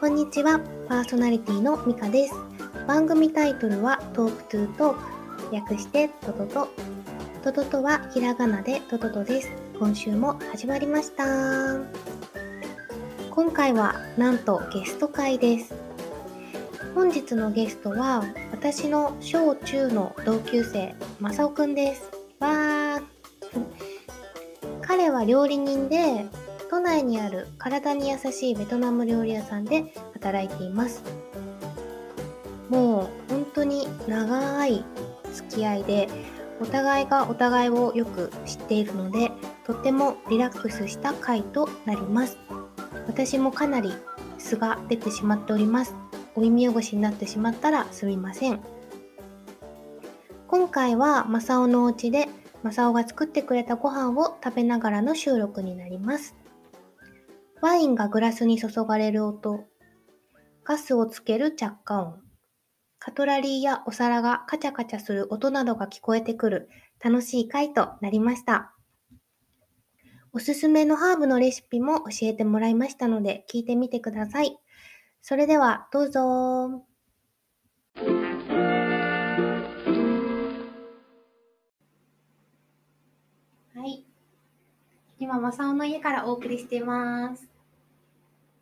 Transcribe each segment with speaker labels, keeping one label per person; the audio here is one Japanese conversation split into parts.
Speaker 1: こんにちは、パーソナリティのミカです。番組タイトルはトークトゥートーク、略してトトト。トトトはひらがなでトトトです。今週も始まりました。今回はなんとゲスト会です。本日のゲストは私の小中の同級生、マサオくんです。わー。彼は料理人で都内にある体に優しいベトナム料理屋さんで働いていますもう本当に長い付き合いでお互いがお互いをよく知っているのでとってもリラックスした回となります私もかなり素が出てしまっておりますお耳汚しになってしまったらすみません今回はマサオのお家でマサオが作ってくれたご飯を食べながらの収録になりますワインがグラスに注がれる音。ガスをつける着火音。カトラリーやお皿がカチャカチャする音などが聞こえてくる楽しい回となりました。おすすめのハーブのレシピも教えてもらいましたので聞いてみてください。それではどうぞ。はい。今、マサオの家からお送りしています。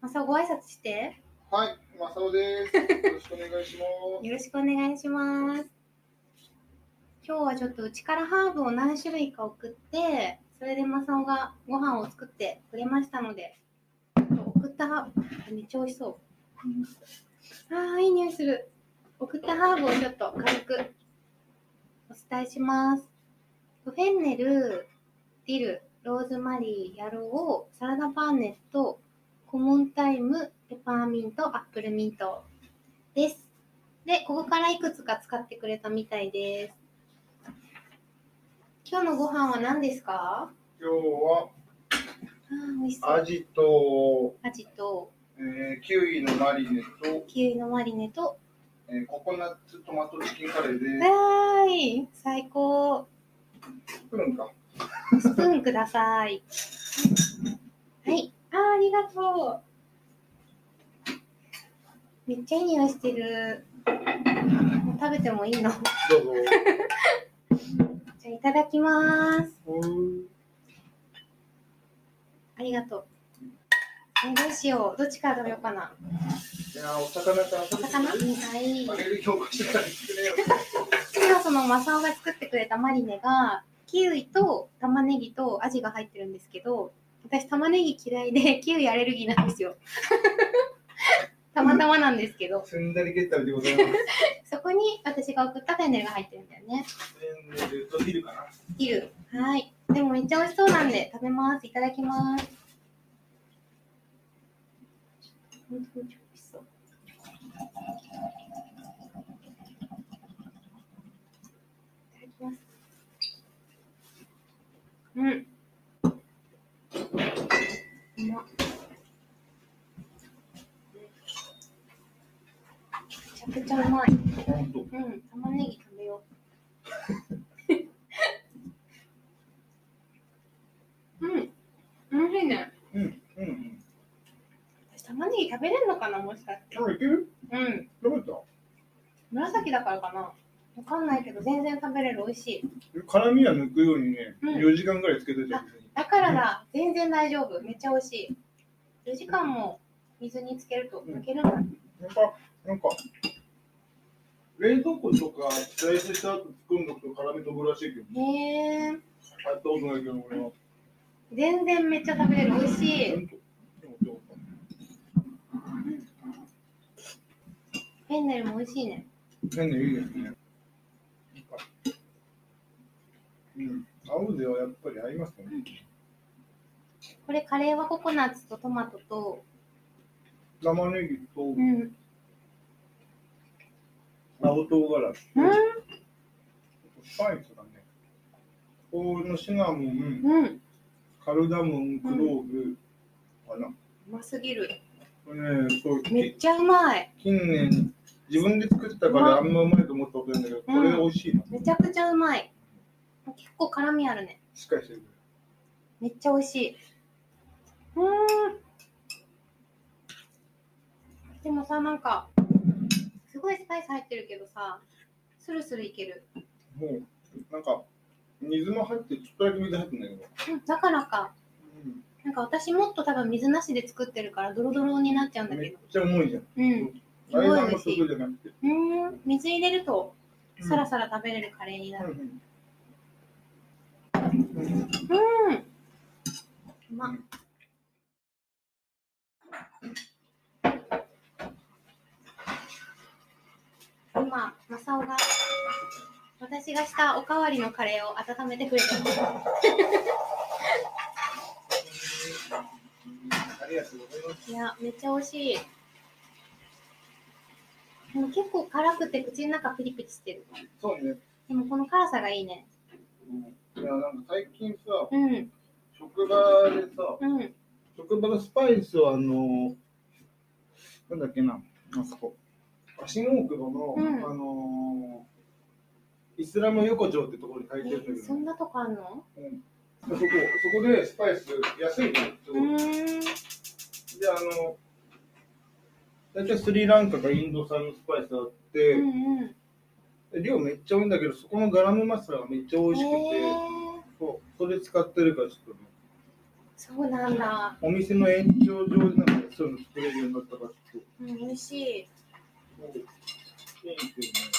Speaker 1: マサオ、ご挨拶して。
Speaker 2: はい、マサオです。よろしくお願いしま
Speaker 1: よろしくお願いします。今日はちょっとうちからハーブを何種類か送って、それでマサオがご飯を作ってくれましたので、送ったハーブ、めっちゃ美味しそう。ああ、いい匂いする。送ったハーブをちょっと軽くお伝えします。フェンネル、ディル、ローズマリー、ヤロウ、サラダパーネット、コモンタイム、ペパーミント、アップルミントです。で、ここからいくつか使ってくれたみたいです。今日のご飯は何ですか
Speaker 2: す。今日
Speaker 1: あー美味しそ
Speaker 2: は
Speaker 1: う。
Speaker 2: アジと、
Speaker 1: アジと
Speaker 2: えーキウイのマリネと、
Speaker 1: キウイのマリネと。
Speaker 2: えーココナッツトマトチキンカレー
Speaker 1: わ
Speaker 2: で
Speaker 1: ーい最高
Speaker 2: す。作るんか。
Speaker 1: スプーンください。はい。あー、ありがとう。めっちゃいい匂いしてる。もう食べてもいいの。じ
Speaker 2: どうぞ。
Speaker 1: ゃあ、いただきます。
Speaker 2: うー
Speaker 1: ありがとう。え、どうしよう。どっちから食べようかな。
Speaker 2: いやーお魚から
Speaker 1: お魚
Speaker 2: 食べて
Speaker 1: はい。
Speaker 2: あげる評価してから言ってねよ。
Speaker 1: 今そのマサオが作ってくれたマリネがキウイと玉ねぎとアジが入ってるんですけど私玉ねぎ嫌いで キウイアレルギーなんですよたまたまなんですけど
Speaker 2: すんだりゲッタルでご ざいます。
Speaker 1: そこに私が送ったフェンネルが入ってるんだよね
Speaker 2: えールとビルかな。
Speaker 1: キウイはいでもめっちゃ美味しそうなんで食べますいただきます本当に美味しそういただきますうんうまっめちゃくちゃうまい
Speaker 2: ほんと。
Speaker 1: うん、玉ねぎ食べよ う。うん、おいしいね。
Speaker 2: うん、うん、うん。
Speaker 1: 私、玉ねぎ食べれるのかな、もしかして。
Speaker 2: 今日いける
Speaker 1: うん、
Speaker 2: 食べた
Speaker 1: 紫だからかな。わかんないけど、全然食べれる、美味しい。
Speaker 2: 辛みは抜くようにね、
Speaker 1: うん
Speaker 2: 4時間ぐらいつけてたよ。別に
Speaker 1: だからだ、全然大丈夫、めっちゃ美味しい。4時間も水につけると
Speaker 2: うん
Speaker 1: 抜けるんだ。
Speaker 2: なんか、なんか、冷蔵庫とかスライスした後作るのと辛み飛ぶらしいけど、
Speaker 1: へー、
Speaker 2: やったことないけど、俺は。
Speaker 1: 全然めっちゃ食べれる、美味しい。フェンネルも美味しいね。
Speaker 2: 変でいいですね。うん、合うではやっぱり合いますね。
Speaker 1: これ、カレーはココナッツとトマトと、
Speaker 2: 玉ねぎと
Speaker 1: うん、
Speaker 2: 青唐辛子。
Speaker 1: うん
Speaker 2: スパイスだね。このシナモン、
Speaker 1: うん。
Speaker 2: カルダモン、クローブかな。
Speaker 1: うますぎる。
Speaker 2: これね、そう、
Speaker 1: め
Speaker 2: き
Speaker 1: っちゃうまい。
Speaker 2: 近年、自分で作ったからあんまうまいと思ったことないんだけど、これ美味しいな。
Speaker 1: めちゃくちゃうまい。結構辛みあるね。
Speaker 2: しっかりしてる。
Speaker 1: めっちゃ美味しい。うーん。でもさ、なんか、すごいスパイス入ってるけどさ、スルスルいける。
Speaker 2: もう、なんか、水も入って、ちょっとだけ水入ってんだけど。
Speaker 1: うんだからか、なんか私もっと多分水なしで作ってるから、ドロドロになっちゃうん
Speaker 2: う
Speaker 1: だ
Speaker 2: ん、め
Speaker 1: け
Speaker 2: っ
Speaker 1: ど。
Speaker 2: ちゃ重いじゃん。
Speaker 1: うん。すご
Speaker 2: ラ
Speaker 1: い美
Speaker 2: イダーの
Speaker 1: 味しい
Speaker 2: 食じゃなくて。
Speaker 1: うーん、水入れると、
Speaker 2: うん
Speaker 1: さらさら食べれるカレーにな
Speaker 2: う
Speaker 1: る。
Speaker 2: ん
Speaker 1: うん。うまっ。今、マサオが、私がしたおかわりのカレーを温めてくれてる。
Speaker 2: ありがとうございます。
Speaker 1: いや、めっちゃ美味しい。でも結構辛くて口の中ピリピリしてる。
Speaker 2: そうね。
Speaker 1: でもこの辛さがいいね。
Speaker 2: うんいや、なんか最近さ、
Speaker 1: うん、
Speaker 2: 職場でさ、
Speaker 1: うん。
Speaker 2: 職場のスパイスをあの、なんだっけな、あそこ。新大久保の、
Speaker 1: うん
Speaker 2: あのーイスラム横丁ってところに書いてるんだけ
Speaker 1: え、そ
Speaker 2: どね、
Speaker 1: んなとこあるの
Speaker 2: うんそこ、そこでスパイス安いのよす
Speaker 1: う
Speaker 2: ごい
Speaker 1: ーん。
Speaker 2: で、あの、大体スリランカかインド産のスパイスあっ
Speaker 1: う
Speaker 2: て、
Speaker 1: んうん。
Speaker 2: 量めっちゃ多いんだけど、そこのガラムマサラがめっちゃ美味しくて、
Speaker 1: え
Speaker 2: そうそれ使ってるから、ちょっとね、
Speaker 1: そうなんだ。
Speaker 2: お店の延長上でなんかそういうの作れるようになったから、ちょっ
Speaker 1: うん、美味しい。
Speaker 2: と、もう、いいですよね。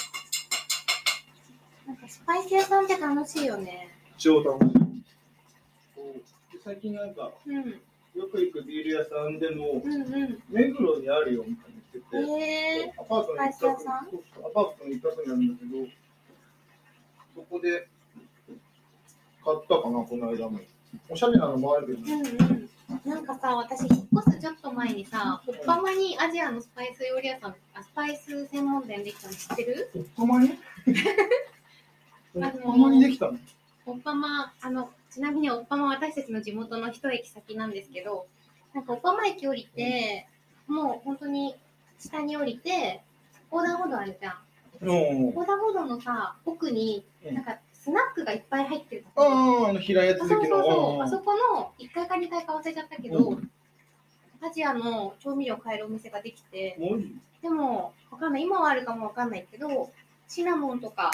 Speaker 1: なんかスパイス屋さんって楽しいよね。
Speaker 2: 超楽しい。そうで最近なんか、
Speaker 1: うん、
Speaker 2: よく行くビール屋さんでも
Speaker 1: う、ん、うん。
Speaker 2: 目黒にあるよみたいに言ってて、
Speaker 1: えー、
Speaker 2: アパートの一角にそうそうアパートの一角にあるんだけど、そこで買ったかな、この間も。おしゃれなのもあるけ
Speaker 1: う
Speaker 2: ど、
Speaker 1: ん、うん。なんかさ、私、引っ越すちょっと前にさ、奥多摩にアジアのスパイス料理屋さん、あスパイス専門店できたの知ってる
Speaker 2: おっとまにお
Speaker 1: あ
Speaker 2: っ
Speaker 1: のー
Speaker 2: とまにできたの
Speaker 1: 奥多摩、あの、ちなみに奥多摩は私たちの地元の一駅先なんですけど、なんか奥多摩駅降りて、もう本当に下に降りて、横断歩道あるじゃん。
Speaker 2: うん。
Speaker 1: 横断歩道のさ、奥に、
Speaker 2: うん
Speaker 1: なんかスナックがいっぱい入ってるとこ
Speaker 2: ああ、あの平屋
Speaker 1: そう
Speaker 2: 続
Speaker 1: そう
Speaker 2: き
Speaker 1: そ
Speaker 2: の。
Speaker 1: うそう、あ
Speaker 2: うん
Speaker 1: そこの1階か2階か忘れちゃったけど、
Speaker 2: う
Speaker 1: アジアの調味料を買えるお店ができて、
Speaker 2: もういい
Speaker 1: でも、わかんない、今はあるかもわかんないけど、シナモンとか、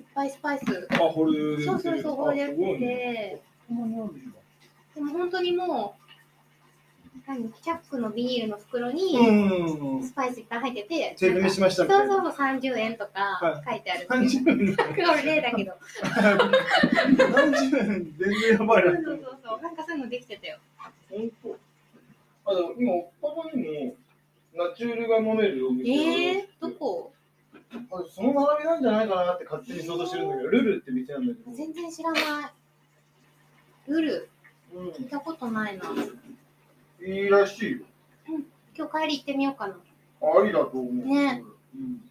Speaker 1: いっぱいスパイス、
Speaker 2: あ、ホールで
Speaker 1: そう
Speaker 2: 売って
Speaker 1: そ
Speaker 2: る
Speaker 1: うそう、これでやっ
Speaker 2: あすご
Speaker 1: て
Speaker 2: いね
Speaker 1: て、
Speaker 2: おっとまにあるんだ
Speaker 1: でも本当にもう、何、キャップのビニールの袋に、
Speaker 2: うん。
Speaker 1: スパイスいっぱい入ってて、
Speaker 2: 手組みしましたみ
Speaker 1: そ
Speaker 2: たいうな。
Speaker 1: そうそう、30円とか
Speaker 2: は
Speaker 1: 書いてある。
Speaker 2: 30円。
Speaker 1: これ例だけど。
Speaker 2: 30円、全然やばい
Speaker 1: そうそ
Speaker 2: な。
Speaker 1: うそうそう。なんかそういうのできてたよ。
Speaker 2: 本当。あ、でも今、ここにも、ナチュールが飲めるお店
Speaker 1: ええ
Speaker 2: が
Speaker 1: どこ
Speaker 2: あその並びなんじゃないかなって勝手に想像してるんだけど、ルルって店なんだけど。
Speaker 1: 全然知らない。ルル、
Speaker 2: うん
Speaker 1: 聞いたことないな。
Speaker 2: いいらしいよ。
Speaker 1: 今日帰り行ってみようかな。
Speaker 2: ありだと思う。
Speaker 1: ね
Speaker 2: うん。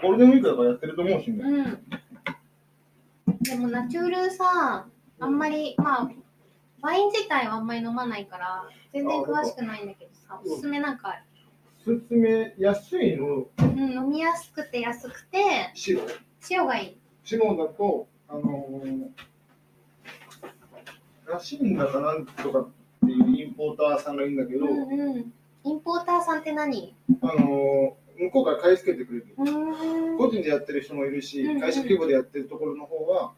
Speaker 2: ゴールデンウィークだからやってると思うしね。
Speaker 1: うん。でもナチュールさ、あんまり、まあ、ワイン自体はあんまり飲まないから、全然詳しくないんだけどさ、おすすめなんかある。
Speaker 2: おすすめ、安いの、
Speaker 1: うん、飲みやすくて安くて、
Speaker 2: 白。
Speaker 1: 塩がいい。
Speaker 2: 白だと、あのー、らしいんだかなんとかっていうインポーターさんがいいんだけど、
Speaker 1: うんうん。インポーターさんって何
Speaker 2: あのー向こうから買い付けてくれる。
Speaker 1: うーん。
Speaker 2: 個人でやってる人もいるし
Speaker 1: うんう、ん
Speaker 2: 会社規模でやってるところの方は、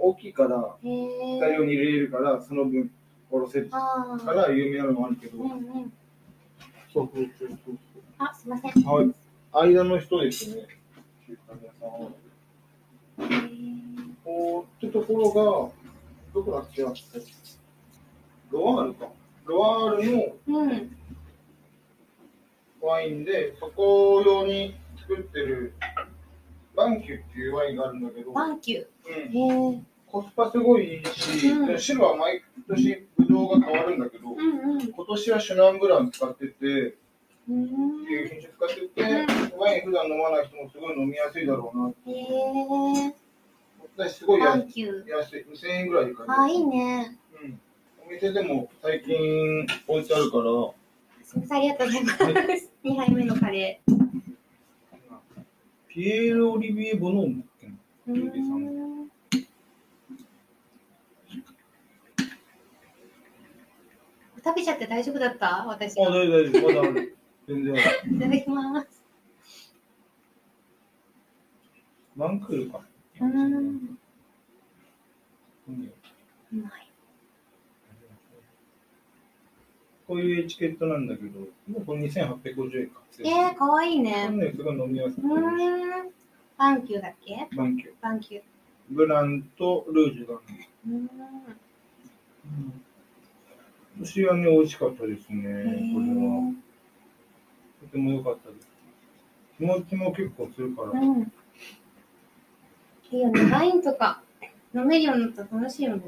Speaker 2: 大きいから、
Speaker 1: へえ。
Speaker 2: 大量に入れれるから、その分、殺せるか
Speaker 1: ああ。
Speaker 2: ら有名なのもあるけど、
Speaker 1: うんうん。
Speaker 2: そうそうそうそう
Speaker 1: あ、すいません。
Speaker 2: そう。はい。間の人ですね。中華屋さんは
Speaker 1: へー
Speaker 2: こうってところが、どこだっけあってロワールか。ロワールの
Speaker 1: うん。
Speaker 2: ワインで、そこ用に作ってる、バンキューっていうワインがあるんだけど、
Speaker 1: バンキュ
Speaker 2: うん
Speaker 1: ー。へえ。
Speaker 2: コスパすごいいいし、
Speaker 1: うん
Speaker 2: で白は毎年ブドウが変わるんだけど、
Speaker 1: うんうん。
Speaker 2: 今年はシュナンブラン使ってて、っていう
Speaker 1: ーん。
Speaker 2: う品種使ってて、ワイン普段飲まない人もすごい飲みやすいだろうな。
Speaker 1: へえ。
Speaker 2: 私すごい
Speaker 1: バ
Speaker 2: 安
Speaker 1: ン
Speaker 2: い
Speaker 1: キュー。
Speaker 2: 安い、2000円ぐらいで買える
Speaker 1: あ、いいね。
Speaker 2: うんお店でも最近置いてあるから、
Speaker 1: すみません、ありがとうございます。2杯目のカレ
Speaker 2: ピエール・オリビエ・ボノームだっけな
Speaker 1: ー。うーん。お食べちゃって大丈夫だった私
Speaker 2: あ、大
Speaker 1: が。
Speaker 2: 丈夫、大丈夫。まだある。全然ある。
Speaker 1: いただきます。
Speaker 2: 何来るか。
Speaker 1: うーん。
Speaker 2: うん
Speaker 1: うまい。
Speaker 2: こういうエチケットなんだけど、もうこれ2850円か。
Speaker 1: えー、かわいい
Speaker 2: これ
Speaker 1: ね。
Speaker 2: ね、すごい飲みやす
Speaker 1: う
Speaker 2: く
Speaker 1: ー
Speaker 2: て。
Speaker 1: ん。バンキューだっけ
Speaker 2: バンキュー。
Speaker 1: バンキュー。
Speaker 2: ブランとルージュが、ね。
Speaker 1: うーん。
Speaker 2: 寿司はね、美味しかったですね。
Speaker 1: え
Speaker 2: これは。
Speaker 1: ー
Speaker 2: とても良かったです。気持ちも結構するから。
Speaker 1: うん。いいよね。ワインとか飲めるようになったら楽しいよね。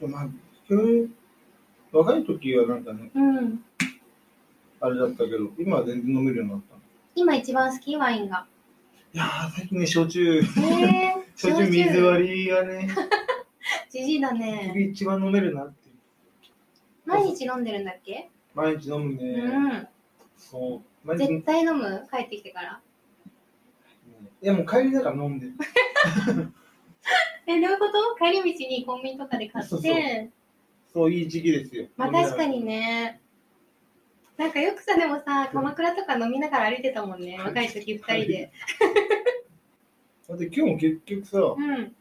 Speaker 2: でまあ、急に若い時はなんかね、
Speaker 1: うん。
Speaker 2: あれだったけど、今は全然飲めるようになった。い
Speaker 1: 今一番好きワイン が。
Speaker 2: やー、最近ね、焼酎、
Speaker 1: えー、
Speaker 2: 焼酎水割りがね、
Speaker 1: じじいだね。
Speaker 2: 一番飲めるなっていう。
Speaker 1: 毎日飲んでるんだっけ、
Speaker 2: 毎日飲むね。そう。
Speaker 1: う
Speaker 2: 毎
Speaker 1: ん。
Speaker 2: 日飲む
Speaker 1: 絶対飲む帰ってきてから。
Speaker 2: いや、もう帰りながら飲んでる。
Speaker 1: え、どういうこと帰り道にコンビニとかで買って。
Speaker 2: そうそうそう、いい時期ですよ。
Speaker 1: まあ確かにね。なんかよくさ、でもさ、鎌倉とか飲みながら歩いてたもんね。若い時二人で。
Speaker 2: だって今日も結局さ、
Speaker 1: うん。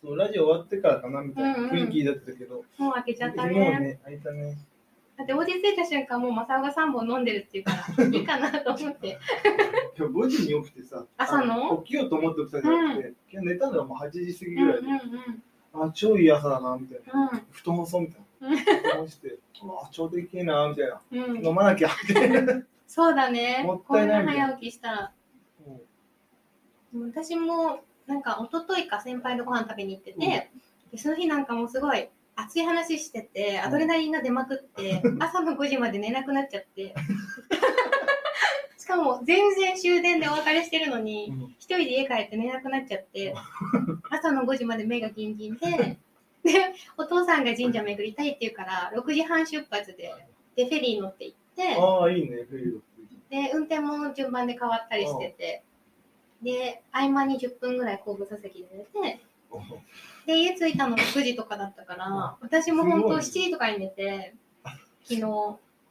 Speaker 2: そうラジオ終わってからかなみたいな
Speaker 1: うんうん
Speaker 2: 雰囲気だったけど、
Speaker 1: もう開けちゃった
Speaker 2: もう
Speaker 1: ね。
Speaker 2: ね、開いたね。
Speaker 1: だって、おじついた瞬間、もう正雄が3本飲んでるっていう から、いいかなと思って。
Speaker 2: 今日5時に起きてさ、
Speaker 1: 朝の
Speaker 2: あ起きようと思って起きたんじゃなくて、今日寝たのはもう8時過ぎ
Speaker 1: うん
Speaker 2: ぐ
Speaker 1: うん
Speaker 2: らいで、あ、超いい朝だな、みたいな。布団干そうみたい
Speaker 1: うん
Speaker 2: な。布団干して、 あ、ちょうどいいな、みたいな。
Speaker 1: うんうん。
Speaker 2: 飲まなきゃ、 みたいな。
Speaker 1: そうだね。
Speaker 2: もっ
Speaker 1: こ
Speaker 2: た
Speaker 1: ん
Speaker 2: い
Speaker 1: な
Speaker 2: ないみたいな
Speaker 1: 早起きしたら。
Speaker 2: も
Speaker 1: 私も、なんか、一昨日か先輩のご飯食べに行ってて、でその日なんかもうすごい熱い話してて、アドレナリンが出まくって、朝の5時まで寝なくなっちゃって。しかも、全然終電でお別れしてるのに
Speaker 2: う、うん
Speaker 1: 一人で家帰って寝なくなっちゃって朝の5時まで目がギンギンででお父さんが神社巡りたいって言うから6時半出発ででフェリー乗って行って
Speaker 2: ああ、いいね、フェリード
Speaker 1: で運転も順番で変わったりしててで合間に10分ぐらい後部座席で寝てで家着いたのが9時とかだったから私も本当7
Speaker 2: すごい
Speaker 1: 時とかに寝て昨日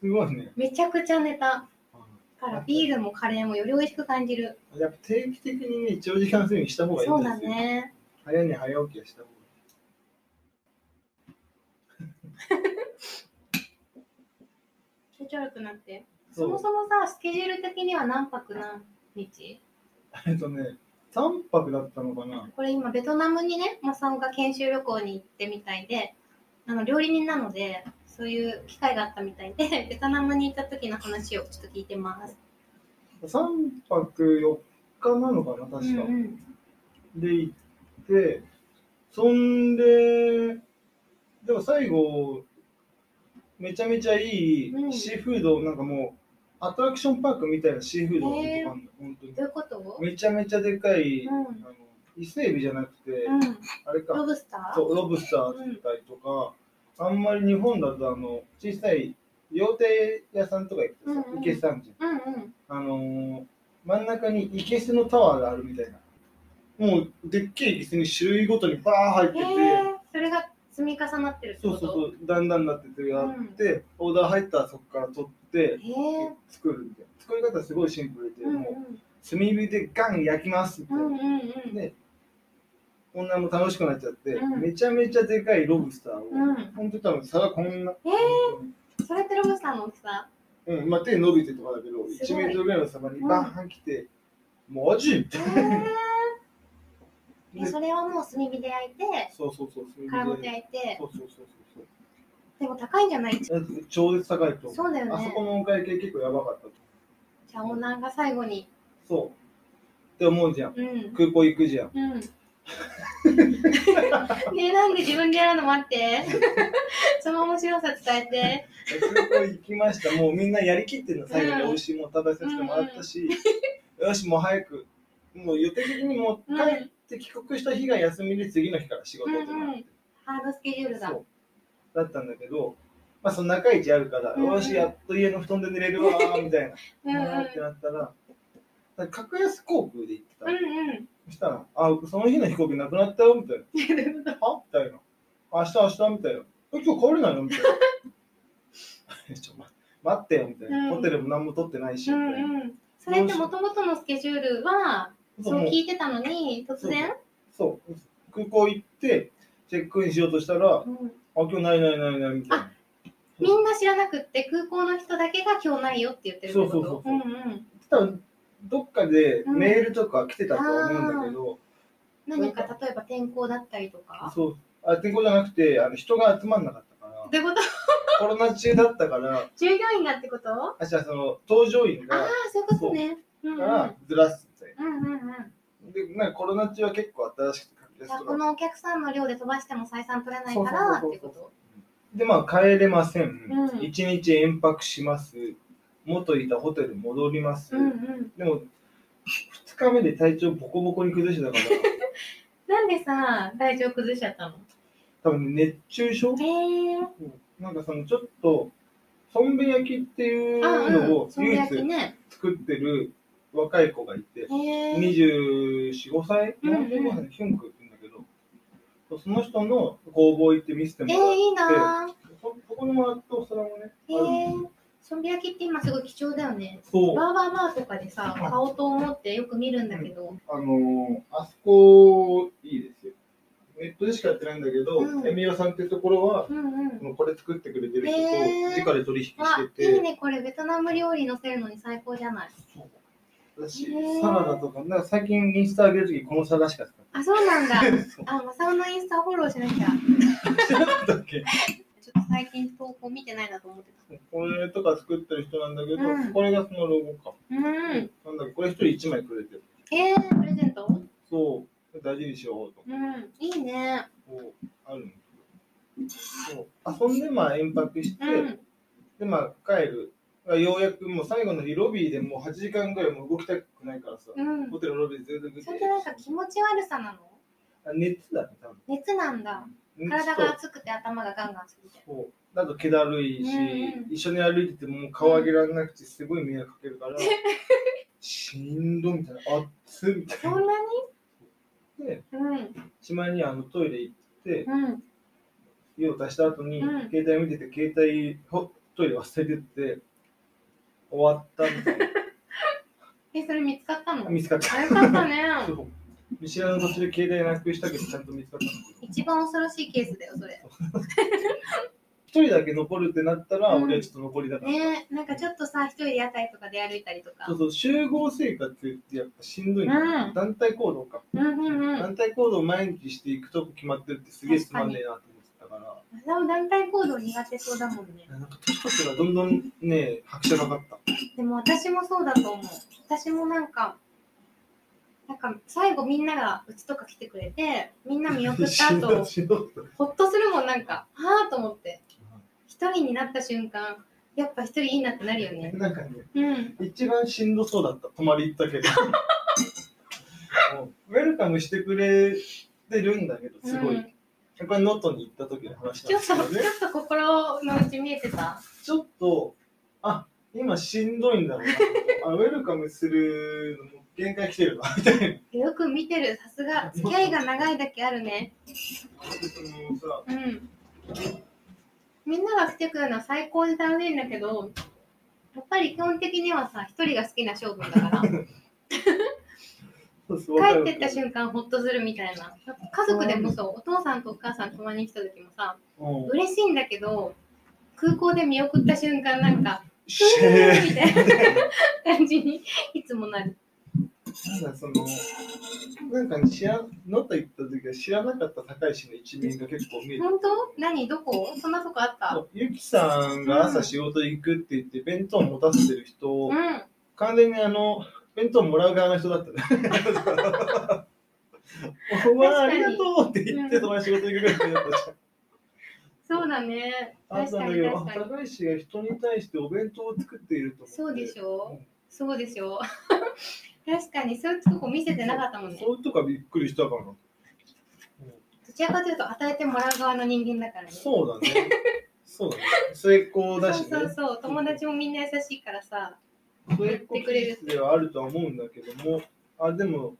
Speaker 2: すごいね。
Speaker 1: めちゃくちゃ寝た
Speaker 2: あ
Speaker 1: からビールもカレーもより美味しく感じる
Speaker 2: ーやっぱ定期的にね、長時間睡眠した方がいいん
Speaker 1: そう
Speaker 2: ですよ。
Speaker 1: だね
Speaker 2: 早寝早起きはした方がいい。
Speaker 1: 気持ち悪くなって。
Speaker 2: そ
Speaker 1: そうもそもさ、スケジュール的には何泊何日
Speaker 2: えっとね、3泊だったのかな。
Speaker 1: これ今、ベトナムにね、マサオが研修旅行に行ってみたいで、あの料理人なので、そういう機会があったみたいで、 ベトナムに行った時の話をちょっと聞いてます。
Speaker 2: 3泊4日なのかな、確か。
Speaker 1: うんうん、
Speaker 2: で行って、そんで、でも最後、めちゃめちゃい
Speaker 1: うん
Speaker 2: いシーフード、なんかもう、アトラクションパークみたいなシーフードがあ
Speaker 1: へー
Speaker 2: るの、本当に
Speaker 1: ど。ういうこと
Speaker 2: めちゃめちゃでかい、
Speaker 1: うん
Speaker 2: あの伊勢エビじゃなくて、
Speaker 1: うん。
Speaker 2: あれ
Speaker 1: ロ
Speaker 2: か、
Speaker 1: ブスター
Speaker 2: そうロブスターだったりとか、あんまり日本だとあの小さい料亭屋さんとか行くとさ、
Speaker 1: うんうん
Speaker 2: いけすあんじゃん。
Speaker 1: うんうん。
Speaker 2: あのー真ん中にいけすのタワーがあるみたいな。もう、でっけえいけすに種類ごとにバー入ってて、
Speaker 1: へえ、それが積み重なってるって
Speaker 2: そ
Speaker 1: こ
Speaker 2: う
Speaker 1: と
Speaker 2: そうそう、だんだんなってて、あって、オーダー入ったらそこから取って、
Speaker 1: へえ。
Speaker 2: 作るみたいな。作り方すごいシンプルで、
Speaker 1: うんうん
Speaker 2: もう、炭火でガン焼きますみた
Speaker 1: う
Speaker 2: いな。
Speaker 1: んうんうん。
Speaker 2: で女も楽しくなっちゃって、
Speaker 1: うん
Speaker 2: めちゃめちゃでかいロブスターを、
Speaker 1: うん
Speaker 2: ほんと多分皿こんな、
Speaker 1: えそれってロブスターの大きさ
Speaker 2: うん、まあ手伸びてとかだけど、
Speaker 1: す
Speaker 2: 1
Speaker 1: ごい
Speaker 2: メートルぐらいの様にバーン来て、マジ
Speaker 1: へ
Speaker 2: で
Speaker 1: えそれはもう炭火で焼いて、
Speaker 2: そうそうそう、炭火
Speaker 1: 殻ごと焼いて、
Speaker 2: そうそうそうそう
Speaker 1: でも高いんじゃない
Speaker 2: そう。だって超絶高いと思う。
Speaker 1: そうだよね
Speaker 2: あそこのお会計結構やばかったと思う。
Speaker 1: じゃあオーナーが最後に。
Speaker 2: そう。って思うじゃん。
Speaker 1: うん。
Speaker 2: 空港行くじゃん。
Speaker 1: うん。え、なんで自分でやるの待って。 その面白さ伝えて。
Speaker 2: 空港行きました。 もうみんなやりきってんの。最後に
Speaker 1: うん
Speaker 2: 美味しいもの食べさせてもらったし、よし、もう早く。もう予定的にも
Speaker 1: う。
Speaker 2: うん帰って帰国した日が休みで次の日から仕事ってなって、
Speaker 1: ハードスケジュールだ。
Speaker 2: そうだったんだけど、まあその中一あるから、
Speaker 1: うん
Speaker 2: よし、やっと家の布団で寝れるわ ーみたいな、
Speaker 1: うんうん。う
Speaker 2: あーってなったら、だから格安航空で行ってたの。
Speaker 1: んうん。
Speaker 2: そしたら、あ、その日の飛行機なくなったよ、みたいな。
Speaker 1: え
Speaker 2: はみたいな。明日、明日、みたいな。え今日帰れないのみたいな。 ちょま待ってよみたいな、
Speaker 1: うん
Speaker 2: ホテルも何も取ってないし、
Speaker 1: う
Speaker 2: み
Speaker 1: ん
Speaker 2: たいな
Speaker 1: うん。それってもともとのスケジュールは、そ
Speaker 2: そう
Speaker 1: う
Speaker 2: も
Speaker 1: 聞
Speaker 2: う
Speaker 1: いてたのに、突然
Speaker 2: そう空港行ってチェックインしようとしたら、あ
Speaker 1: うん
Speaker 2: 今日ないないないないみたいな。
Speaker 1: みんな知らなくって、空港の人だけが今日ないよって言ってるってこと
Speaker 2: そうそうそうそうん
Speaker 1: うん。
Speaker 2: 多分どっかで
Speaker 1: うん
Speaker 2: メールとか来てたとは思うんだけど、
Speaker 1: 何か例えば天候だったりとか。
Speaker 2: そうあ天候じゃなくてあの人が集まんなかったから
Speaker 1: ってこと
Speaker 2: コロナ中だったから
Speaker 1: 従業員がってことあ
Speaker 2: あじゃあその搭乗員
Speaker 1: あ
Speaker 2: が、
Speaker 1: そういうことね。うんうん。う
Speaker 2: か
Speaker 1: ん
Speaker 2: らずらすみたい
Speaker 1: うんうん。
Speaker 2: なでなんかコロナ中は結構新しくて格
Speaker 1: じゃあ
Speaker 2: 安と
Speaker 1: こ
Speaker 2: か
Speaker 1: のお客さんの量で飛ばしても採算取れないからってこ
Speaker 2: そうそうそうそ
Speaker 1: と
Speaker 2: でまあ帰れません、
Speaker 1: うん
Speaker 2: 一1日延泊します元いたホテル戻ります、
Speaker 1: うんうん。
Speaker 2: でも2日目で体調ボコボコに崩してたから
Speaker 1: なんでさ、体調崩しちゃったの
Speaker 2: 多分熱中症
Speaker 1: へえ。
Speaker 2: なんかそのちょっとそんべん焼きっていう
Speaker 1: あ
Speaker 2: の
Speaker 1: う
Speaker 2: を
Speaker 1: ん。そん
Speaker 2: 唯
Speaker 1: 焼き
Speaker 2: 一
Speaker 1: ね。
Speaker 2: 作ってる若い子がいて、
Speaker 1: へえ。
Speaker 2: 245歳
Speaker 1: うんうん
Speaker 2: 45歳のヒュンクって言うんだけどその人の工房行って見せても
Speaker 1: えー、
Speaker 2: らって
Speaker 1: いいな
Speaker 2: そそこにもらったお皿もね
Speaker 1: ー。へえ。そんべ焼きって今すごい貴重だよね。
Speaker 2: そう
Speaker 1: バーバーバーとかでさ、買おうと思ってよく見るんだけど。
Speaker 2: あのーあそこいいですよネットでしかやってないんだけど、
Speaker 1: うん
Speaker 2: エミオさんっていうところは
Speaker 1: うんうん。
Speaker 2: もうこれ作ってくれてる人と
Speaker 1: へー
Speaker 2: 直で取引
Speaker 1: あ
Speaker 2: して、て、
Speaker 1: いいね、これベトナム料理乗せるのに最高じゃない。
Speaker 2: そう私
Speaker 1: へー
Speaker 2: サラダとかなんか最近インスタ上げる時この皿しか使って
Speaker 1: あ、 そうなんだ。
Speaker 2: ないそう
Speaker 1: あ、マサオのインスタフォローしな きゃ。
Speaker 2: 知らなかったっけ
Speaker 1: ちょっと最近投稿見てないなと思ってた。
Speaker 2: これとか作ってる人なんだけど、
Speaker 1: うん
Speaker 2: これがそのロゴか
Speaker 1: うん。
Speaker 2: なんだっけこれ一人一枚くれてる。
Speaker 1: えー、プレゼント
Speaker 2: そう。大事にしようと
Speaker 1: うん。いいね。
Speaker 2: こうあるんですよ。そう遊んで、まあ、延泊して、
Speaker 1: うん。
Speaker 2: で、まあ、帰る。ようやくもう最後の日、ロビーでもう8時間ぐらいもう動きたくないからさ、
Speaker 1: うん
Speaker 2: ホ。テルのロビーでずっとぐっ
Speaker 1: それってなんか気持ち悪さなの
Speaker 2: あ熱だね、多分。
Speaker 1: 熱なんだ。
Speaker 2: 熱と
Speaker 1: 体が熱くて頭がガンガンするみたい
Speaker 2: そうだと気だるいし、
Speaker 1: うんうん
Speaker 2: 一緒に歩いてても顔上げられなくてすごい迷惑かけるから、しんどみたいな、熱っみた
Speaker 1: な。
Speaker 2: い
Speaker 1: そ
Speaker 2: な。
Speaker 1: んな
Speaker 2: で、
Speaker 1: に
Speaker 2: しまいにあのトイレ行って、
Speaker 1: うん。うん。
Speaker 2: 用を足した後に、
Speaker 1: うん
Speaker 2: 携帯見てて携帯ほトイレ忘れてって終わったみたい
Speaker 1: え、それ見つかったの
Speaker 2: な見つかった
Speaker 1: あよかったね。
Speaker 2: そう見知らぬ土地で携帯なくしたけどちゃんと見つかったんだけど
Speaker 1: 一番恐ろしいケースだよ、それ。
Speaker 2: 一人だけ残るってなったら、
Speaker 1: うん
Speaker 2: 俺はちょっと残りだから、
Speaker 1: ねなんかちょっとさ、一人で屋台とかで歩いたりとか。
Speaker 2: そうそう集合生活ってやっぱしんどいんだよ、
Speaker 1: うん
Speaker 2: 団体行動か、
Speaker 1: うんうんうん。
Speaker 2: 団体行動を毎日していくとこ決まってるってすげえつまんねえなと思ってたから
Speaker 1: マサオ団体行動苦手そうだもんね。
Speaker 2: なんか年取ってからどんどんね拍車かかった
Speaker 1: でも私もそうだと思う。私もなんか、なんか最後みんながうちとか来てくれて、みんな見送った
Speaker 2: しん どい
Speaker 1: 後、
Speaker 2: しんどかった
Speaker 1: ほっとするもんなんか、はぁと思って。一人になった瞬間、やっぱ一人いいなってなるよね。
Speaker 2: なんかね
Speaker 1: うん。
Speaker 2: 一番しんどそうだった泊まり行ったけ どもうウェルカムしてくれてるんだけどすごい、
Speaker 1: うん
Speaker 2: これノートに行った時の話
Speaker 1: ち
Speaker 2: な
Speaker 1: ょ
Speaker 2: ん
Speaker 1: っ
Speaker 2: です
Speaker 1: と、ち
Speaker 2: けど
Speaker 1: ょ
Speaker 2: ね
Speaker 1: っと心の内見えてた。
Speaker 2: ちょっとあ今しんどいんだろうなあウェルカムするのも限界来てるな みたいな
Speaker 1: よく見てる、さすが。付き合いが長いだけあるね。
Speaker 2: もうさ
Speaker 1: うん。みんなが来てくるのは最高で楽しいんだけど、やっぱり基本的にはさ、一人が好きな勝負 だから。
Speaker 2: そうそう
Speaker 1: 帰ってった瞬間ほっとするみたいな家族でもそうお父さんとお母さん泊まりに来た時もさ
Speaker 2: うん
Speaker 1: 嬉しいんだけど空港で見送った瞬間なん か
Speaker 2: シ
Speaker 1: 「う
Speaker 2: ェ
Speaker 1: ーん」
Speaker 2: ー
Speaker 1: みたいな感じにいつもなる
Speaker 2: なんかそのなんかね知らノート行った時は知らなかった高石の一面が結構見えて
Speaker 1: 本当何どこそんなとこあった
Speaker 2: ゆきさんが朝仕事行くって言って弁当を持たせてる人を、
Speaker 1: うん
Speaker 2: 完全にあの弁当もらう側の人だっ たね。お前ありがとうって言って、
Speaker 1: うん
Speaker 2: その仕事行くぐらいだったじ
Speaker 1: そうだね
Speaker 2: ゃん。あっ
Speaker 1: 確
Speaker 2: た
Speaker 1: か
Speaker 2: ん
Speaker 1: に
Speaker 2: だけど、
Speaker 1: 確かに
Speaker 2: 高石が人に対してお弁当を作っていると思って。
Speaker 1: そうでしょ
Speaker 2: う
Speaker 1: そうでしょ 確かにそういうとこ見せてなかったもんね
Speaker 2: そういうとこはびっくりしたかな。
Speaker 1: どちらかというと与えてもらう側の人間だからねそう
Speaker 2: そうだね。そうだね。末っ子だしね。
Speaker 1: そうそう友達もみんな優しいからさ
Speaker 2: 末っ子気質ではあるとは思うんだけども、あ、でも、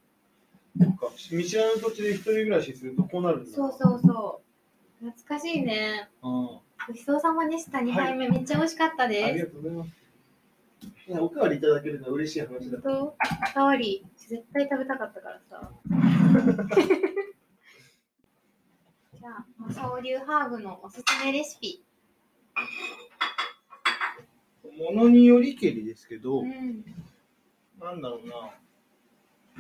Speaker 2: なんか見知らぬ土地で一人暮らしするとこうなるんだな。
Speaker 1: そうそうそう懐かしいね。
Speaker 2: うん
Speaker 1: ごちそうさまでした。2杯目、めっちゃ美味しかった
Speaker 2: あり
Speaker 1: で
Speaker 2: がとうございます。いやおかわりいただけるのは嬉しい話
Speaker 1: す。
Speaker 2: だ
Speaker 1: 本。当代わり、絶対食べたかったからさ。じゃあ、マサオ流ハーグのおすすめレシピ。
Speaker 2: ものによりけりですけど、
Speaker 1: うん。
Speaker 2: なんだろうな、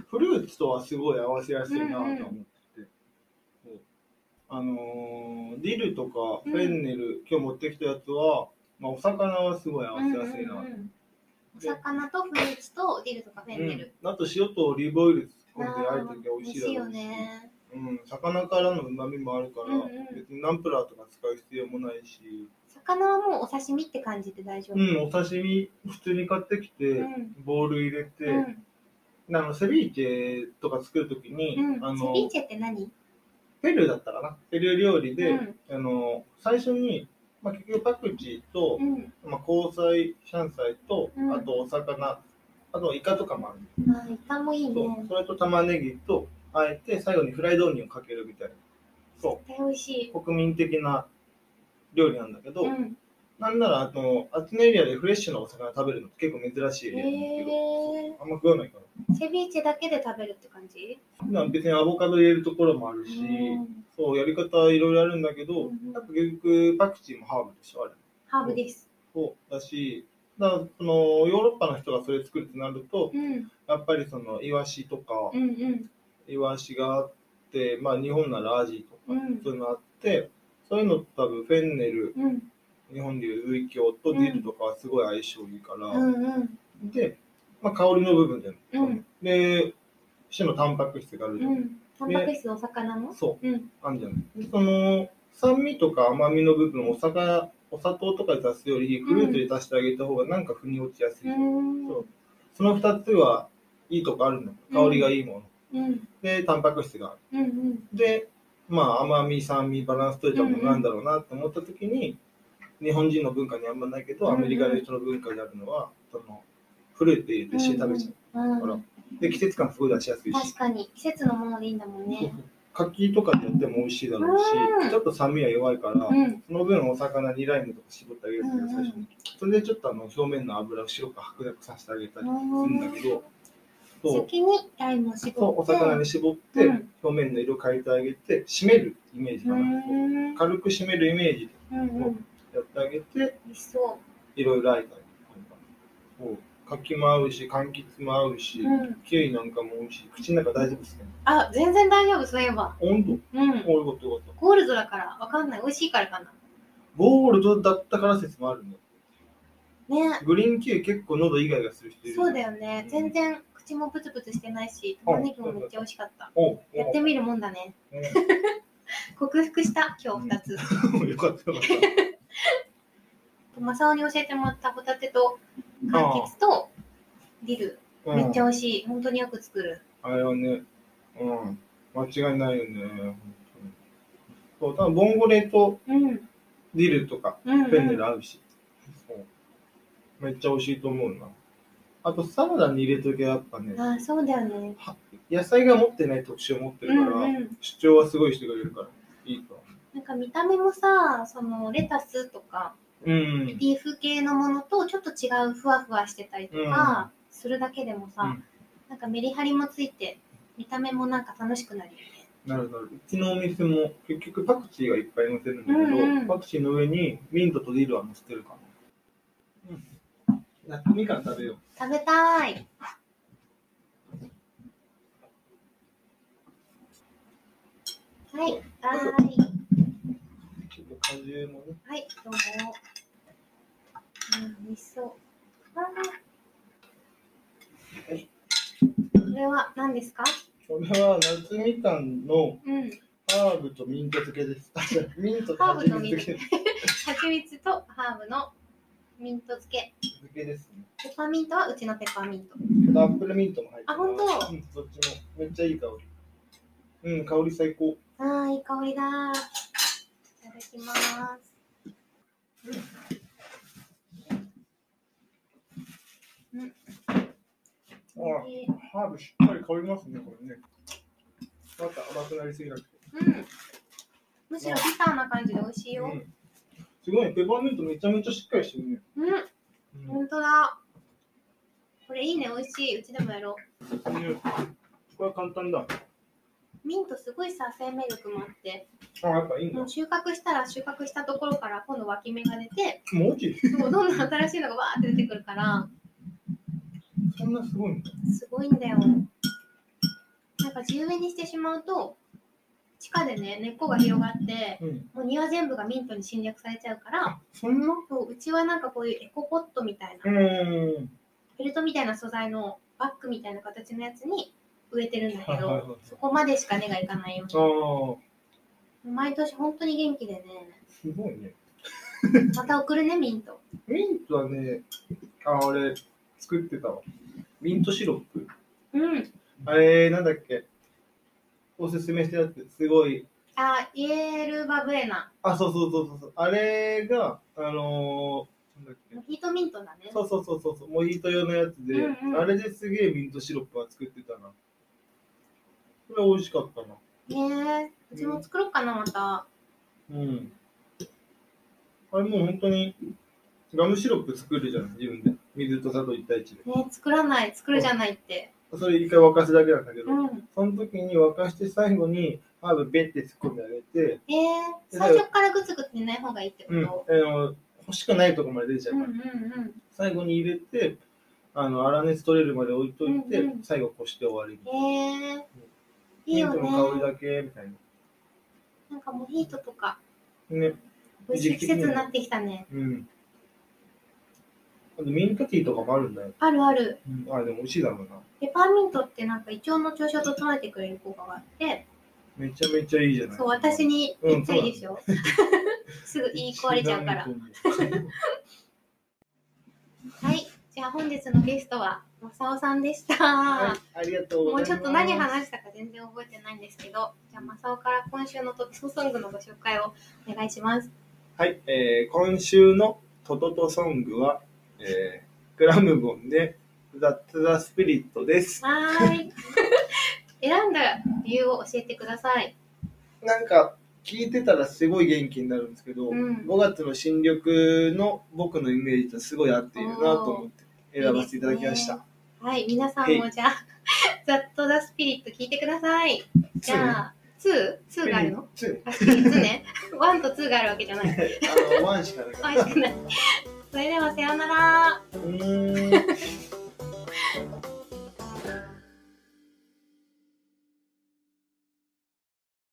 Speaker 2: フルーツとはすごい合わせやすいなと思ってて、そうあのーディルとか
Speaker 1: うん
Speaker 2: フェンネル、今日持ってきたやつは、まあ、お魚はすごい合わせやすいな、
Speaker 1: うんうんうんお魚とフルーツとディルとかフェンネル。
Speaker 2: うんあと塩とオリーブオイル
Speaker 1: あ
Speaker 2: 突っ込んである
Speaker 1: ー
Speaker 2: 時は美味しいだ
Speaker 1: よ
Speaker 2: ろうし、
Speaker 1: ね。
Speaker 2: うん、魚からの旨味もあるから、
Speaker 1: うんうん
Speaker 2: 別にナンプラーとか使う必要もないし、
Speaker 1: 魚はもうお刺身って感じで大丈夫。
Speaker 2: う。ん、お刺身普通に買ってきて、
Speaker 1: うん。
Speaker 2: ボウル入れて、
Speaker 1: うん。
Speaker 2: あのセビーチェとか作る時に、
Speaker 1: うん。
Speaker 2: あ
Speaker 1: セ
Speaker 2: の
Speaker 1: ビーチェって何
Speaker 2: ペルーだったかなペルー料理で、
Speaker 1: うん
Speaker 2: あの最初に、まあ、結局パクチーと
Speaker 1: う、ん。
Speaker 2: まあ、香菜シャンサイと、
Speaker 1: うん
Speaker 2: あとお魚あとイカとかもあるんで
Speaker 1: あー、イカもいい
Speaker 2: す
Speaker 1: ね
Speaker 2: け。ど、それと玉ねぎとあえて最後にフライドオニオンかけるみたいなそ
Speaker 1: 絶対美味しい。
Speaker 2: う国民的な料理なんだけど、
Speaker 1: うん。
Speaker 2: なんならあのあっちのエリアでフレッシュなお魚食べるのって結構珍しいエリアなんだけど、
Speaker 1: へ
Speaker 2: あんま食わないから
Speaker 1: ーセビーチェだけで食べるって感じ
Speaker 2: まあ別にアボカド入れるところもあるし、
Speaker 1: うん
Speaker 2: そうやり方いろいろあるんだけど、
Speaker 1: うんうん
Speaker 2: やっぱ結局パクチーもハーブでしょあれ
Speaker 1: ハーブです。
Speaker 2: そうだしだからそのヨーロッパの人がそれ作るってなると
Speaker 1: うん。
Speaker 2: やっぱりそのイワシとか、
Speaker 1: うんうん。
Speaker 2: イワシがあって、まあ、日本ならアジとか
Speaker 1: うん
Speaker 2: そういうのあってそういうのと多分フェンネル
Speaker 1: うん。
Speaker 2: 日本でいう類郷とディルとかはすごい相性いいから、
Speaker 1: うんうん。
Speaker 2: で、まあ、香りの部分でも、
Speaker 1: うん
Speaker 2: で種のタンパク質があるじゃ、
Speaker 1: うんん。タンパク質のお魚も
Speaker 2: そう
Speaker 1: うん。
Speaker 2: あんじゃないでその酸味とか甘みの部分をお魚お砂糖とかで足すよりフルーツで足してあげた方がなんか腑に落ちやす
Speaker 1: う
Speaker 2: い、
Speaker 1: ん。
Speaker 2: そうその2つはいいとこあるの香りがいいもの、
Speaker 1: うん。
Speaker 2: でタンパク質がある
Speaker 1: うんうん。
Speaker 2: でまあ甘み酸味バランス取れたものなんだろうなと思った時に、日本人の文化にあんまないけど
Speaker 1: うんう
Speaker 2: ア
Speaker 1: ん
Speaker 2: メリカの人の文化であるのはそのフルーツ入れて一緒に食べちゃ
Speaker 1: うん
Speaker 2: う、ほらで季節感すごい出しやすいし
Speaker 1: 確かに季節のものでいいんだもんね。
Speaker 2: 柿とかでやっても美味しいだろうし、
Speaker 1: うん
Speaker 2: ちょっと酸味は弱いから、
Speaker 1: うん。
Speaker 2: その分お魚にライムとか絞ってあげるんだけ
Speaker 1: う
Speaker 2: ど
Speaker 1: んうん
Speaker 2: 最初にそれでちょっとあの表面の油を白く白濁させてあげたりするんだけど、そう
Speaker 1: 先にライムを絞って。
Speaker 2: そうお魚に絞って
Speaker 1: うん
Speaker 2: 表面の色を変えてあげて締めるイメージ
Speaker 1: う
Speaker 2: かな、
Speaker 1: ん。うん
Speaker 2: 軽く締めるイメージで
Speaker 1: うん。
Speaker 2: やってあげて
Speaker 1: 美味しそ
Speaker 2: いろいろあえたりとかそう柿も合うし柑橘も合うし、
Speaker 1: う。うん。
Speaker 2: キウイなんかも美味しい口の中大丈夫ですね
Speaker 1: あ、全然大丈夫、そういえば。
Speaker 2: 温度
Speaker 1: うん。
Speaker 2: おいことよかった
Speaker 1: ゴールドだから、わかんない。美味しいからかな。
Speaker 2: ゴールドだったから説もあるね
Speaker 1: ね。
Speaker 2: グリーンキウイ結構喉イガイガする人いる
Speaker 1: そうだよね。全然口もプツプツしてないし、玉ねぎもめっちゃ美味しかった。
Speaker 2: おう
Speaker 1: やってみるもんだね。
Speaker 2: おう
Speaker 1: 克服した、今日2つ。
Speaker 2: よかったよかっ
Speaker 1: マサオに教えてもらったホタテと柑橘とディル。
Speaker 2: た。
Speaker 1: めっち
Speaker 2: ゃ
Speaker 1: ゃ美味しい。本当によく作る。
Speaker 2: あれはね、うん、間違いないよね。本当にそう、多分ボンゴレと
Speaker 1: うん。
Speaker 2: ディルとか
Speaker 1: うん、
Speaker 2: フェンネル合うし、そうめっちゃ美味しいと思うな。あとサラダに入れときはやっぱね、
Speaker 1: あーそうだよね。
Speaker 2: は野菜が持ってない特集を持って
Speaker 1: う
Speaker 2: るから、
Speaker 1: んうん。
Speaker 2: 主張はすごい人がいるから、いいと。
Speaker 1: なんか見た目もさ、そのレタスとか、
Speaker 2: うん。
Speaker 1: リーフ系のものとちょっと違うふわふわしてたりとかするだけでもさ、
Speaker 2: うん
Speaker 1: なんかメリハリもついて見た目もなんか楽しくなるよね。
Speaker 2: なるなる。うちのお店も結局パクチーがいっぱい乗せるんだけど、
Speaker 1: うんうん
Speaker 2: パクチーの上にミントとディルは乗せてるかな。うん。なみかん食べよう。
Speaker 1: 食べたい。はい、はーい、
Speaker 2: ちょっと果汁もね。
Speaker 1: はい、どうも。うん、美味しそう。あーこれは何ですか？
Speaker 2: これは夏みかんの
Speaker 1: うん、
Speaker 2: ハーブとミント漬けです。 あ違うミントと
Speaker 1: ハーブ
Speaker 2: 蜂
Speaker 1: とミン
Speaker 2: 蜜
Speaker 1: ト
Speaker 2: 漬け漬
Speaker 1: 蜂蜜とハーブのミント漬け。
Speaker 2: けですね。
Speaker 1: ペパーミントはうちのペパーミント。
Speaker 2: あとアップルミントも入ってま
Speaker 1: あ
Speaker 2: す。
Speaker 1: 本当
Speaker 2: うん、どっちも。めっちゃいい香り。うん、香り最高。
Speaker 1: ああ、いい香りだー。いただきます。うん。
Speaker 2: あ
Speaker 1: 美味しい
Speaker 2: ハーブしっかり香りますね、これね。また甘くなりすぎなくて。
Speaker 1: うん。むしろビターな感じで美味しいよ。
Speaker 2: うんすごい、ペパーミントめちゃめちゃしっかりしてるね。
Speaker 1: うん、
Speaker 2: うん
Speaker 1: ほんとだ。これいいね、美味しい。うちでもやろ
Speaker 2: これは簡単だ。
Speaker 1: う。ミントすごいさ、生命力もあって、
Speaker 2: あ、やっぱいいんだ
Speaker 1: もう。収穫したら収穫したところから今度脇芽が出て、
Speaker 2: もう大きい。
Speaker 1: もうどんどん新しいのがわーって出てくるから、
Speaker 2: そんなすごいの
Speaker 1: すごいんだよ。なんか地植えにしてしまうと、地下でね、根っこが広がって、
Speaker 2: うん。
Speaker 1: もう庭全部がミントに侵略されちゃうから、
Speaker 2: そんな
Speaker 1: そううちはなんかこういうエコポットみたいな、
Speaker 2: うん。
Speaker 1: フェルトみたいな素材のバッグみたいな形のやつに植えてるんだけど、
Speaker 2: い。
Speaker 1: そこまでしか根がいかないよ
Speaker 2: ああ、
Speaker 1: うに。毎年本当に元気でね、
Speaker 2: すごいね。
Speaker 1: また送るね、ミント。
Speaker 2: ミントはね、あ、俺、作ってたわ。ミントシロップ。
Speaker 1: うん。
Speaker 2: あれ、なんだっけ。おすすめしたやつ、すごい。
Speaker 1: あ、イエールバブエナ。
Speaker 2: あ、そうそうそうそうそう。あれが、あのー、なんだっけ。
Speaker 1: ヒートミントだね。
Speaker 2: そうそうそうそうそう、モヒート用のやつで、
Speaker 1: うんうん
Speaker 2: あれですげえミントシロップは作ってたな。これ美味しかったな。
Speaker 1: ねえ。うちも作ろうかな、また。
Speaker 2: うん。あれもう本当に、ガムシロップ作るじゃん、自分で。水と砂糖1対1で。
Speaker 1: ねえ作らない、作るじゃないって。
Speaker 2: それ一回沸かすだけなんだけど、
Speaker 1: うん。
Speaker 2: その時に沸かして最後にハーブベッて突っ込んであげて、
Speaker 1: ええ最初からグツグツにない方がいいってこ
Speaker 2: うん、あ
Speaker 1: と、
Speaker 2: の欲しくないとこまで出ちゃう
Speaker 1: うん、
Speaker 2: か
Speaker 1: うん
Speaker 2: ら、
Speaker 1: うん
Speaker 2: 最後に入れて、あの粗熱取れるまで置いといて、
Speaker 1: うんうん
Speaker 2: 最後こして終わり。
Speaker 1: ええいいよ
Speaker 2: ミントの香り
Speaker 1: ね。
Speaker 2: だけみたいな。
Speaker 1: なんかモヒートとか、
Speaker 2: ね、
Speaker 1: 美味しい季節になってきたね。
Speaker 2: うん。あとミントティーとかもあるんだよ。
Speaker 1: あるある。
Speaker 2: うん、あ、でも美味しいだろうな。
Speaker 1: ペパーミントってなんか胃腸の調子を整えてくれる効果があって、
Speaker 2: めちゃめちゃいいじゃない。
Speaker 1: そう、私
Speaker 2: に
Speaker 1: に言っちゃいいでしょ。 すぐ言い壊れちゃう から。はい。じゃあ本日のゲストは、まさおさんでした。
Speaker 2: はい、ありがとうご
Speaker 1: も
Speaker 2: ざいうます。
Speaker 1: ちょっと何話したか全然覚えてないんですけど、じゃあまさおから今週のトトソングのご紹介をお願いします。
Speaker 2: はい、えー、今週のトトトソングは、えー、グラムボンで、ザ・ザ・スピリットです。
Speaker 1: はー い。選んだ理由を教えてください。
Speaker 2: なんか、聞いてたらすごい元気になるんですけど、
Speaker 1: うん
Speaker 2: 5月の新緑の僕のイメージとすごい合っているなと思って選ばせていただきました。
Speaker 1: はい。皆さんもじゃあ、ざっとだスピリット聞いてください。じゃあ、2?2 があるの
Speaker 2: ついね
Speaker 1: あ、2ね。1と2があるわけじゃない。
Speaker 2: あの、ワンしかなか
Speaker 1: 美
Speaker 2: っ
Speaker 1: 味しくない。それではさようなら。
Speaker 2: た。うーん